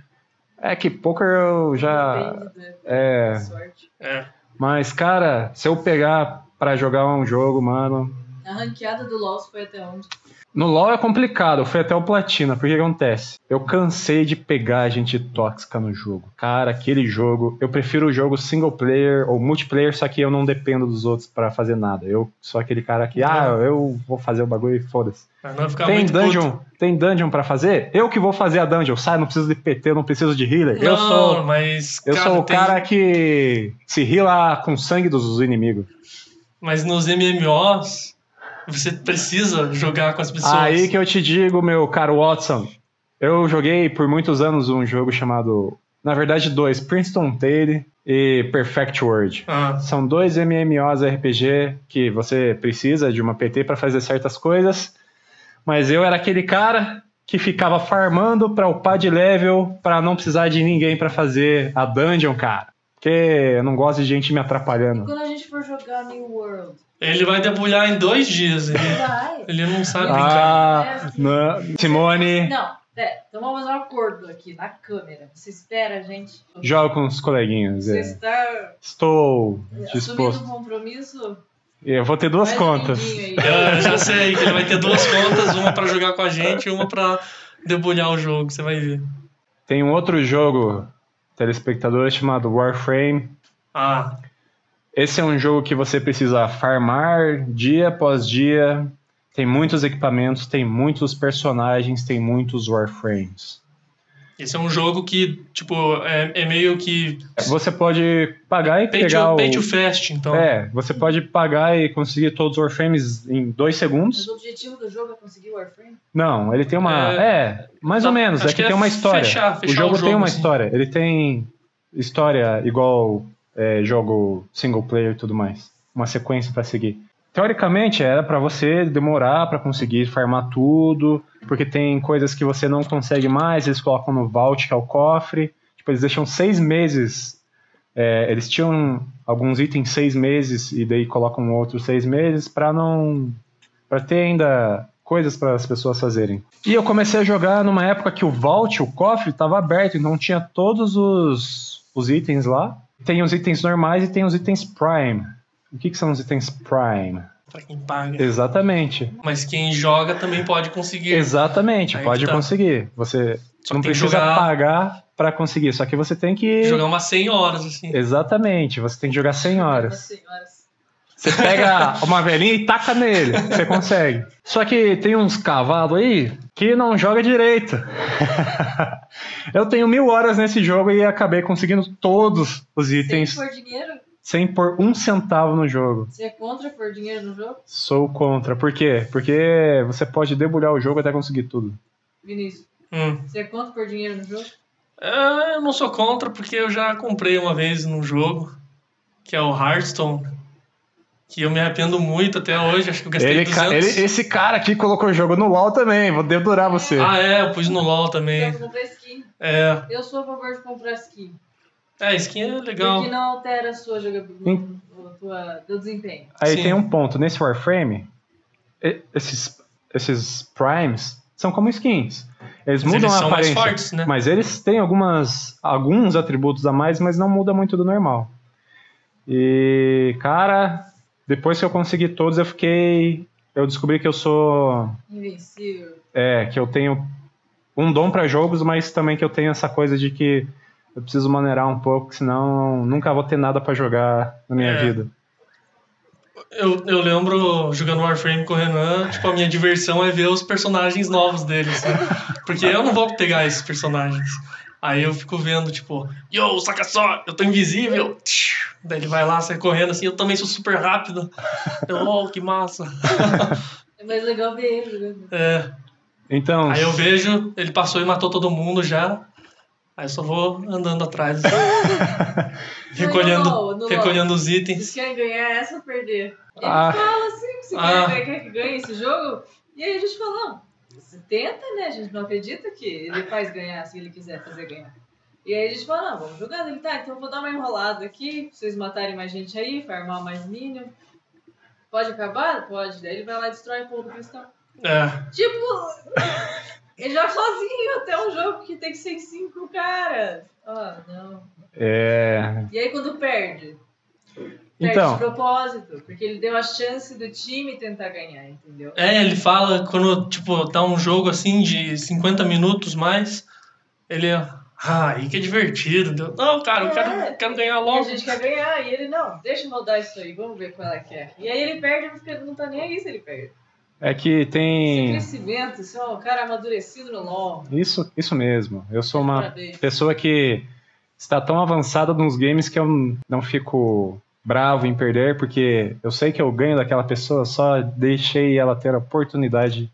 S1: É que poker eu já.
S3: Depende da
S1: É.
S3: sorte.
S2: É.
S1: Mas, cara, se eu pegar pra jogar um jogo, mano.
S3: A ranqueada do LOL foi até onde?
S1: No LoL é complicado, eu fui até o Platina, porque que acontece? Eu cansei de pegar gente tóxica no jogo. Cara, aquele jogo, eu prefiro o jogo single player ou multiplayer, só que eu não dependo dos outros pra fazer nada. Eu sou aquele cara que, ah, eu vou fazer o bagulho e foda-se.
S2: Pra não ficar
S1: Tem
S2: Uhum. muito puto.
S1: dungeon, tem dungeon para fazer? Eu que vou fazer a dungeon, sai, não preciso de PT, não preciso de healer. eu
S2: Não,
S1: sou
S2: mas,
S1: Eu sou o
S2: tem-
S1: cara que se rila com sangue dos inimigos.
S2: Mas nos MMOs, você precisa jogar com as pessoas.
S1: Aí que eu te digo, meu caro Watson. Eu joguei por muitos anos um jogo chamado, na verdade, dois: Princeton Tale e Perfect World.
S2: Ah,
S1: São dois MMOs RPG que você precisa de uma PT para fazer certas coisas. Mas eu era aquele cara que ficava farmando pra upar de level pra não precisar de ninguém pra fazer a dungeon, cara. Porque eu não gosto de gente me atrapalhando.
S3: Quando a gente for jogar New World,
S2: ele vai debulhar em dois dias. Ele,
S3: vai.
S2: ele não sabe brincar.
S1: Ah, na- Simone,
S3: Não, pera, então vamos fazer um acordo aqui na câmera. Você espera, gente?
S1: joga com os coleguinhas.
S3: Você
S1: é.
S3: está
S1: Estou
S3: assumindo um
S1: disposto.
S3: compromisso?
S1: Eu vou ter duas
S3: Faz um
S1: contas.
S3: lindinho aí.
S2: Eu já sei que ele vai ter duas contas, uma pra jogar com a gente e uma pra debulhar o jogo, você vai ver.
S1: Tem um outro jogo, telespectador, chamado Warframe.
S2: Ah,
S1: Esse é um jogo que você precisa farmar dia após dia. Tem muitos equipamentos, tem muitos personagens, tem muitos Warframes.
S2: esse é um jogo que, tipo, é, é meio que
S1: Você pode pagar e
S2: pay
S1: pegar
S2: to,
S1: o...
S2: pay to fast, então.
S1: É, você pode pagar e conseguir todos os Warframes em dois segundos.
S3: Mas o objetivo do jogo é conseguir o Warframe?
S1: Não, ele tem uma. É, mais ou
S2: Não,
S1: menos. É
S2: acho
S1: que,
S2: que é
S1: tem uma história.
S2: fechar- fechar
S1: o jogo
S2: o
S1: tem
S2: jogo,
S1: uma
S2: assim.
S1: história. Ele tem história igual é, jogo single player e tudo mais. Uma sequência pra seguir. Teoricamente era pra você demorar pra conseguir farmar tudo, porque tem coisas que você não consegue mais, eles colocam no vault, que é o cofre. Tipo, eles deixam seis meses. é, eles tinham alguns itens seis meses e daí colocam outros seis meses pra não Pra ter ainda coisas para as pessoas fazerem. E eu comecei a jogar numa época que o vault, o cofre, estava aberto, então tinha todos os, os itens lá. Tem os itens normais e tem os itens prime. O que, que são os itens prime?
S2: pra quem paga.
S1: Exatamente.
S2: Mas quem joga também pode conseguir.
S1: Exatamente,
S2: Aí
S1: pode
S2: que tá.
S1: conseguir. Você
S2: Só
S1: não
S2: tem que
S1: precisa
S2: jogar-
S1: pagar pra conseguir, só que você tem que.
S2: Jogar umas 100 horas, assim.
S1: Exatamente, você tem que jogar 100 horas.
S3: Senhoras.
S1: Você pega uma velhinha e taca nele, você consegue. Só que tem uns cavalos aí que não joga direito. Eu tenho mil horas nesse jogo e acabei conseguindo todos os itens
S3: Se for dinheiro,
S1: sem pôr um centavo no jogo.
S3: você é contra por dinheiro no jogo?
S1: Sou contra. Por quê? Porque você pode debulhar o jogo até conseguir tudo.
S3: Vinícius,
S2: Hum.
S3: você é contra por dinheiro no jogo?
S2: Ah, eu não sou contra, porque eu já comprei uma vez num jogo, que é o Hearthstone, que eu me arrependo muito até hoje, acho que eu gastei
S1: Ele, ca-
S2: 200.
S1: ele- esse cara aqui colocou o jogo no LoL também, vou dedurar você.
S2: Ah, é, eu pus no LoL também.
S3: Eu comprar skin.
S2: É,
S3: Eu sou a favor de comprar skin.
S2: é skin é legal.
S3: Porque não altera a sua jogabilidade, o tua- teu desempenho.
S1: Aí
S2: Sim.
S1: tem um ponto, nesse Warframe, e- esses, esses primes são como skins. Eles
S2: Mas
S1: mudam
S2: eles
S1: a
S2: são mais
S1: aparência,
S2: fortes, né?
S1: mas eles têm algumas alguns atributos a mais, mas não muda muito do normal. E cara, depois que eu consegui todos, eu fiquei, eu descobri que eu sou,
S3: Invencível.
S1: é, que eu tenho um dom pra jogos, mas também que eu tenho essa coisa de que eu preciso maneirar um pouco, senão nunca vou ter nada pra jogar na minha
S2: É.
S1: vida.
S2: Eu, eu lembro jogando Warframe com o Renan, tipo, a minha diversão é ver os personagens novos deles, né? Porque eu não vou pegar esses personagens. Aí eu fico vendo, tipo, yo, saca só, eu tô invisível. Tch. Daí ele vai lá, sai correndo assim, eu também sou super rápido. Eu, oh, que massa.
S3: É mais legal ver ele jogando.
S2: É,
S1: Então,
S2: aí eu vejo, ele passou e matou todo mundo já. Aí eu só vou andando atrás, assim, recolhendo,
S3: LOL, no LOL.
S2: recolhendo os itens.
S3: Vocês querem ganhar essa ou perder? Ele
S1: Ah.
S3: fala assim, você
S2: Ah.
S3: quer, quer que ganhe esse jogo? E aí a gente fala, não, você tenta, né? A gente não acredita que ele faz ganhar se ele quiser fazer ganhar. E aí a gente fala, não, vamos jogando. Ele, tá, então eu vou dar uma enrolada aqui, pra vocês matarem mais gente aí, farmar mais minion. Pode acabar? Pode. Daí ele vai lá e destrói o ponto cristal.
S2: É,
S3: Tipo, ele joga sozinho até um jogo que tem que ser em cinco caras. Ah, não.
S1: é,
S3: E aí quando perde? Perde de
S1: Então,
S3: propósito, porque ele deu a chance do time tentar ganhar, entendeu?
S2: É, ele fala quando, tipo, dá um jogo assim de 50 minutos mais, ele ah, aí que é divertido. Deu, Não, cara, eu
S3: É.
S2: quero, quero ganhar
S3: E a
S2: logo.
S3: gente quer ganhar, e ele, não, deixa eu rodar isso aí, vamos ver qual ela quer. E aí ele perde, não fica- não tá nem aí se ele perde.
S1: é que
S3: Esse
S1: tem.
S3: crescimento, isso é um cara amadurecido no LOL. né?
S1: Isso, isso mesmo. Eu sou uma
S3: Parabéns.
S1: pessoa que está tão avançada nos games que eu não fico bravo em perder, porque eu sei que eu ganho daquela pessoa, só deixei ela ter a oportunidade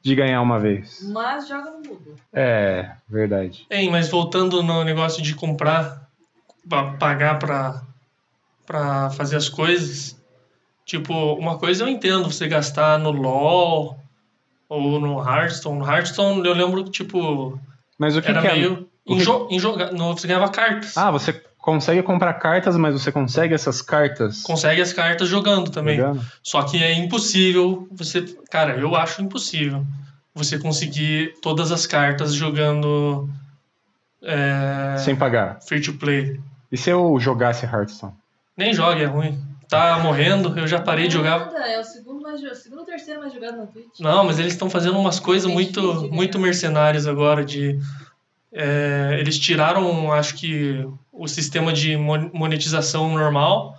S1: de ganhar uma vez.
S3: Mas joga no mudo.
S1: É, verdade.
S2: Hein, mas voltando no negócio de comprar, pa- pagar pra, pra fazer as coisas, tipo, uma coisa eu entendo, você gastar no LoL ou no Hearthstone. No Hearthstone eu lembro que, tipo,
S1: Mas o que,
S2: era
S1: que é?
S2: meio.
S1: o que-
S2: Enjo... Enjoga... Não, você ganhava cartas.
S1: Ah, você consegue comprar cartas, mas você consegue essas cartas?
S2: Consegue as cartas jogando também.
S1: Jogando?
S2: Só que é impossível você. Cara, eu acho impossível você conseguir todas as cartas jogando é,
S1: Sem pagar.
S2: free to play.
S1: E se eu jogasse Hearthstone?
S2: Nem joga, é ruim. Tá morrendo, eu já parei de jogar.
S3: Nada, é o segundo mais jo- o segundo ou terceiro mais jogado na Twitch.
S2: Não, mas eles estão fazendo umas coisas
S3: É difícil,
S2: muito,
S3: né?
S2: muito mercenárias agora de. é, eles tiraram, acho que, o sistema de mon- monetização normal.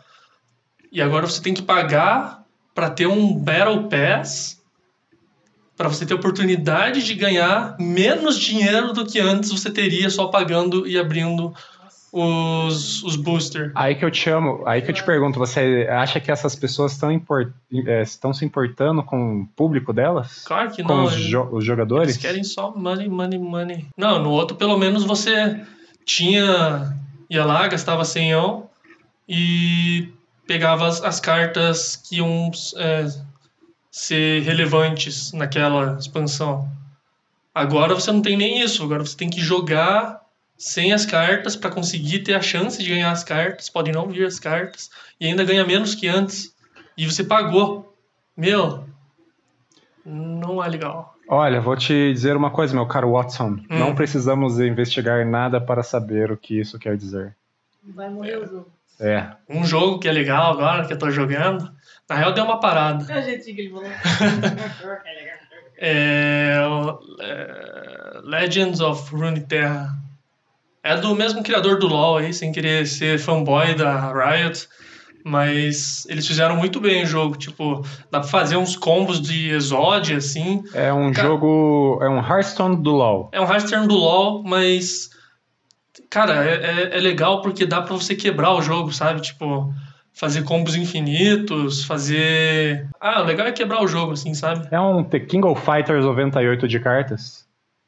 S2: E agora você tem que pagar para ter um Battle Pass. para você ter oportunidade de ganhar menos dinheiro do que antes você teria só pagando e abrindo
S3: Nossa.
S2: os, os booster.
S1: Aí que eu te amo, aí que eu te pergunto, você acha que essas pessoas estão, impor- eh, estão se importando com o público delas?
S2: Claro que
S1: com
S2: não.
S1: os,
S2: eles-
S1: jo- os jogadores?
S2: Eles querem só money, money, money. Não, no outro pelo menos você tinha. ia lá, gastava 100 ão e pegava as, as cartas que iam é, ser relevantes naquela expansão. Agora você não tem nem isso, agora você tem que jogar sem as cartas para conseguir ter a chance de ganhar as cartas, podem não vir as cartas, e ainda ganha menos que antes. E você pagou. Meu, não é legal.
S1: Olha, vou te dizer uma coisa, meu caro Watson.
S2: Hum.
S1: Não precisamos investigar nada para saber o que isso quer dizer.
S3: Vai morrer o jogo.
S1: É.
S2: Um jogo que é legal agora, que eu tô jogando. Na real, deu uma parada.
S3: É o jeitinho que ele falou.
S2: É, o- é, Legends of Runeterra. É do mesmo criador do LoL aí, sem querer ser fanboy da Riot, mas eles fizeram muito bem o jogo, tipo, dá pra fazer uns combos de Exodia, assim.
S1: É um
S2: Ca-
S1: jogo. É um Hearthstone do LoL.
S2: É um hard turn do LoL, mas cara, é, é- é legal porque dá pra você quebrar o jogo, sabe? Tipo, fazer combos infinitos, fazer... Ah, o legal é quebrar o jogo, assim, sabe?
S1: É um The King of Fighters 98 de cartas.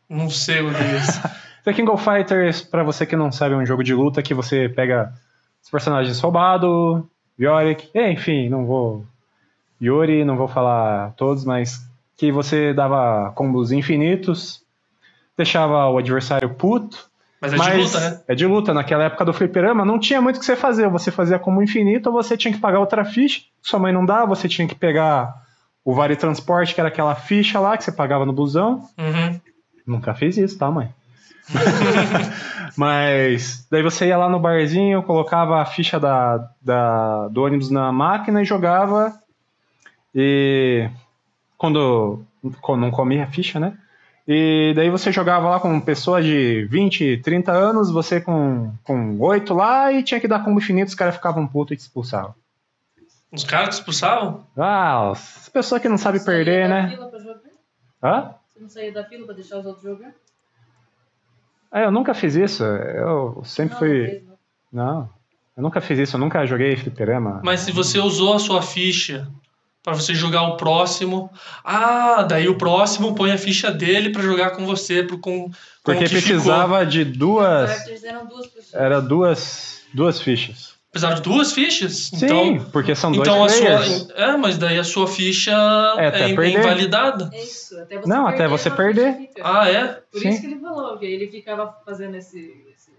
S2: Não sei o que é isso.
S1: The King of Fighters, pra você que não sabe, é um jogo de luta que você pega os personagens roubado, Yorick, enfim, não vou. Yuri, não vou falar todos, mas que você dava combos infinitos, deixava o adversário puto.
S2: Mas é
S1: mas
S2: de luta, né?
S1: É de luta. Naquela época do fliperama não tinha muito o que você fazer. Ou Você fazia combo infinito ou você tinha que pagar outra ficha, que sua mãe não dava, você tinha que pegar o vale transporte, que era aquela ficha lá que você pagava no busão.
S2: Uhum.
S1: Nunca fiz isso, tá, mãe? Mas daí você ia lá no barzinho, colocava a ficha da, da- do ônibus na máquina e jogava. E quando, quando não comia a ficha, né? E daí você jogava lá com pessoas de 20, 30 anos, você com, com 8 lá e tinha que dar combo infinito, os caras ficavam putos e te expulsavam.
S2: Os caras te expulsavam?
S1: Ah, as pessoas que não sabem perder,
S3: Saía da
S1: né?
S3: fila pra jogar?
S1: Hã?
S3: Você não saía da fila pra deixar os outros jogar?
S1: Ah, eu nunca fiz isso. Eu sempre
S3: Não,
S1: fui.
S3: não fez, não.
S1: Não. Eu nunca fiz isso, eu nunca joguei fliperama.
S2: Mas se você usou a sua ficha pra você jogar o próximo, ah, daí o próximo põe a ficha dele pra jogar com você, pro- com, com
S1: Porque
S2: o que Ficou.
S1: precisava de
S3: Os
S1: duas.
S3: artes eram duas pessoas.
S1: Era duas. duas fichas.
S2: Precisava de duas fichas? Então,
S1: Sim, porque são dois
S2: então a
S1: players.
S2: sua. É, mas daí a sua ficha
S1: É,
S2: é,
S1: até
S2: in-
S1: perder.
S2: invalidada.
S3: É isso, até você
S1: Não,
S3: perder.
S1: até você
S3: uma
S1: perder.
S3: ficha fica.
S2: Ah, é?
S3: Por
S1: Sim.
S3: isso que ele falou que ele ficava fazendo esse, esse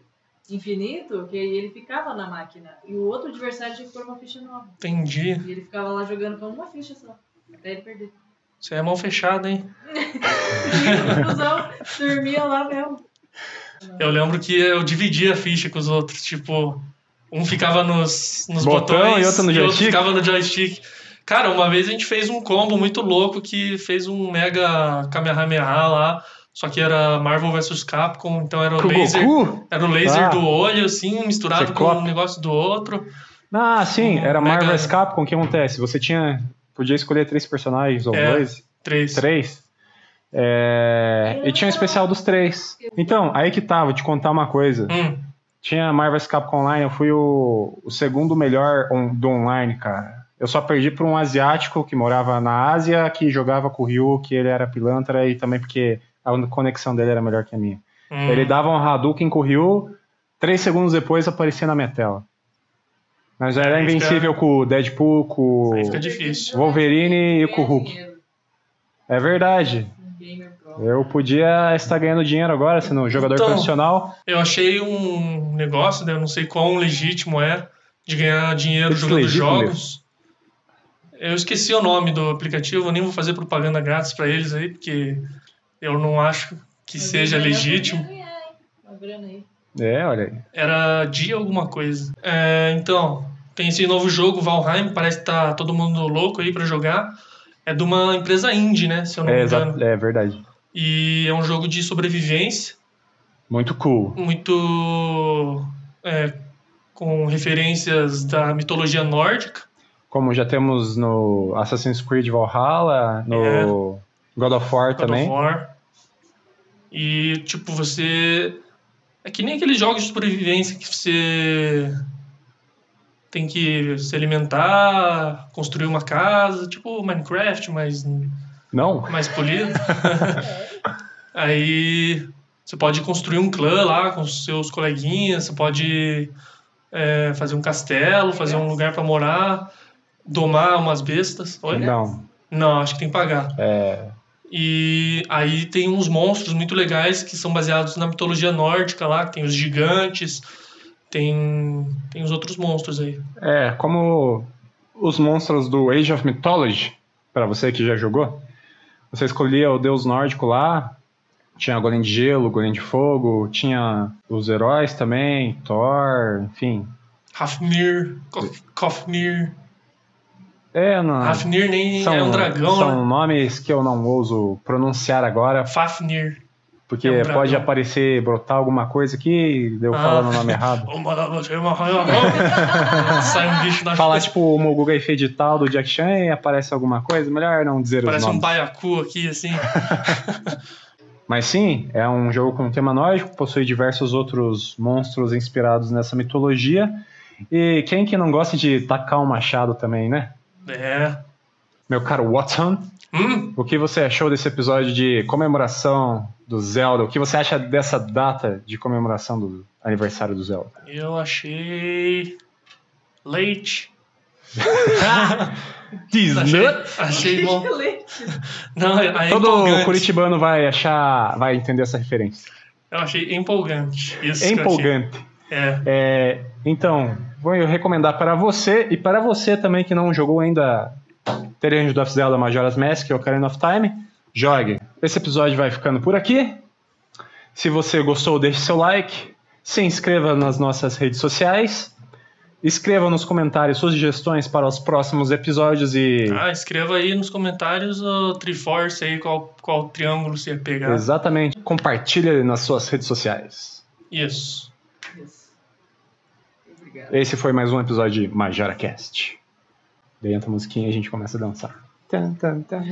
S3: infinito, que ele ficava na máquina. E o outro adversário tinha que pôr uma ficha nova.
S2: Entendi.
S3: E ele ficava lá jogando com uma ficha só. Até ele perder.
S2: Você é mão fechada, hein?
S3: E o cuzão dormia lá mesmo.
S2: Eu lembro que eu dividia a ficha com os outros, tipo, um ficava nos, nos
S1: Botão
S2: botões
S1: e outro no joystick?
S2: ficava no joystick. Cara, uma vez a gente fez um combo muito louco que fez um mega Kamehameha lá, só que era Marvel vs Capcom, então era o
S1: Com o
S2: laser,
S1: Goku?
S2: era o laser
S1: Ah.
S2: do olho assim, misturado com
S1: Ciclope.
S2: um negócio do outro.
S1: Ah, sim, era
S2: Mega-
S1: Marvel's Capcom. O que acontece? Você tinha. Podia escolher três personagens, ou
S2: É.
S1: dois,
S2: Três.
S1: três. É, E tinha um especial dos três. Então, aí que tá, vou te contar uma coisa.
S2: Hum,
S1: Tinha Marvel's Capcom Online, eu fui o, o segundo melhor on- do online, cara. Eu só perdi pra um asiático que morava na Ásia, que jogava com o Ryu, que ele era pilantra, e também porque a conexão dele era melhor que a minha.
S2: hum.
S1: Ele dava um Hadouken com o Ryu, três segundos depois aparecia na minha tela. Mas era
S2: Aí fica-
S1: invencível com o Deadpool, com
S2: Aí
S1: o
S2: fica É difícil.
S1: Wolverine e
S3: Ganha
S1: com o Hulk.
S3: dinheiro,
S1: É verdade.
S3: um gamer pro.
S1: Eu podia estar ganhando dinheiro agora, sendo um jogador
S2: Então.
S1: profissional.
S2: Eu achei um negócio, né? Eu não sei quão legítimo é de ganhar dinheiro
S1: Esse
S2: jogando
S1: é legítimo
S2: jogos. Eu esqueci o nome do aplicativo, eu nem vou fazer propaganda grátis pra eles aí, porque eu não acho que
S3: Mas
S2: seja
S3: ele é ganhou,
S2: legítimo.
S3: podia ganhar, hein? Uma grana aí.
S1: É, olha aí.
S2: Era de alguma coisa. É, então, tem esse novo jogo, Valheim, parece que tá todo mundo louco aí pra jogar. É de uma empresa indie, né? Se eu não
S1: É,
S2: me
S1: exa-
S2: engano.
S1: é verdade.
S2: E é um jogo de sobrevivência.
S1: Muito cool.
S2: muito é, com referências da mitologia nórdica.
S1: Como já temos no Assassin's Creed Valhalla, no God of War
S2: É. God
S1: também.
S2: of War. E, tipo, você. É que nem aqueles jogos de sobrevivência que você tem que se alimentar, construir uma casa, tipo Minecraft, mas
S1: Não?
S2: mais polido. Aí você pode construir um clã lá com os seus coleguinhas, você pode é, fazer um castelo, fazer um lugar pra morar, domar umas bestas. Oi?
S1: Não.
S2: Não, acho que tem que pagar.
S1: É,
S2: E aí tem uns monstros muito legais que são baseados na mitologia nórdica lá, que tem os gigantes, tem, tem os outros monstros aí.
S1: é, como os monstros do Age of Mythology, pra você que já jogou, você escolhia o deus nórdico lá, tinha golem de gelo, golem de fogo, tinha os heróis também, Thor, enfim.
S2: Hafnir, Kof- Kofnir.
S1: É, não.
S2: Hafnir nem
S1: São,
S2: é um dragão,
S1: são
S2: né?
S1: nomes que eu não ouso pronunciar agora,
S2: Fafnir.
S1: porque
S2: É um dragão.
S1: pode aparecer, brotar alguma coisa aqui e eu
S2: Ah.
S1: falando o nome errado.
S2: Oh, mano, você é uma raia- Sai um bicho da
S1: Falar tipo o Moguga Efedital do Jack Chan e aparece alguma coisa, melhor não dizer os
S2: Parece um
S1: nomes.
S2: baiacu aqui, assim.
S1: Mas sim, é um jogo com tema nórdico, possui diversos outros monstros inspirados nessa mitologia. E quem que não gosta de tacar um machado também, né?
S2: É.
S1: Meu caro Watson,
S2: Hum,
S1: o que você achou desse episódio de comemoração do Zelda? O que você acha dessa data de comemoração do aniversário do Zelda?
S2: eu achei. Leite. Achei,
S1: Disney!
S2: achei bom.
S3: Leite.
S2: Não, é é
S1: Todo
S2: empolgante.
S1: curitibano vai achar, vai entender essa referência.
S2: Eu achei empolgante. Isso que eu achei.
S1: Empolgante.
S2: É.
S1: É, então, vou eu recomendar para você e para você também que não jogou ainda Terrange do Zelda Majora's Mask ou Ocarina of Time, jogue. Esse episódio vai ficando por aqui. Se você gostou, deixe seu like, se inscreva nas nossas redes sociais, escreva nos comentários suas sugestões para os próximos episódios e
S2: Ah, escreva aí nos comentários o Triforce aí, qual, qual triângulo você ia pegar.
S1: exatamente compartilhe nas suas redes sociais.
S2: Isso.
S3: Isso. Obrigada.
S1: Esse foi mais um episódio de Majora Cast. Daí entra a musiquinha e a gente começa a dançar. Tan, tan, tan.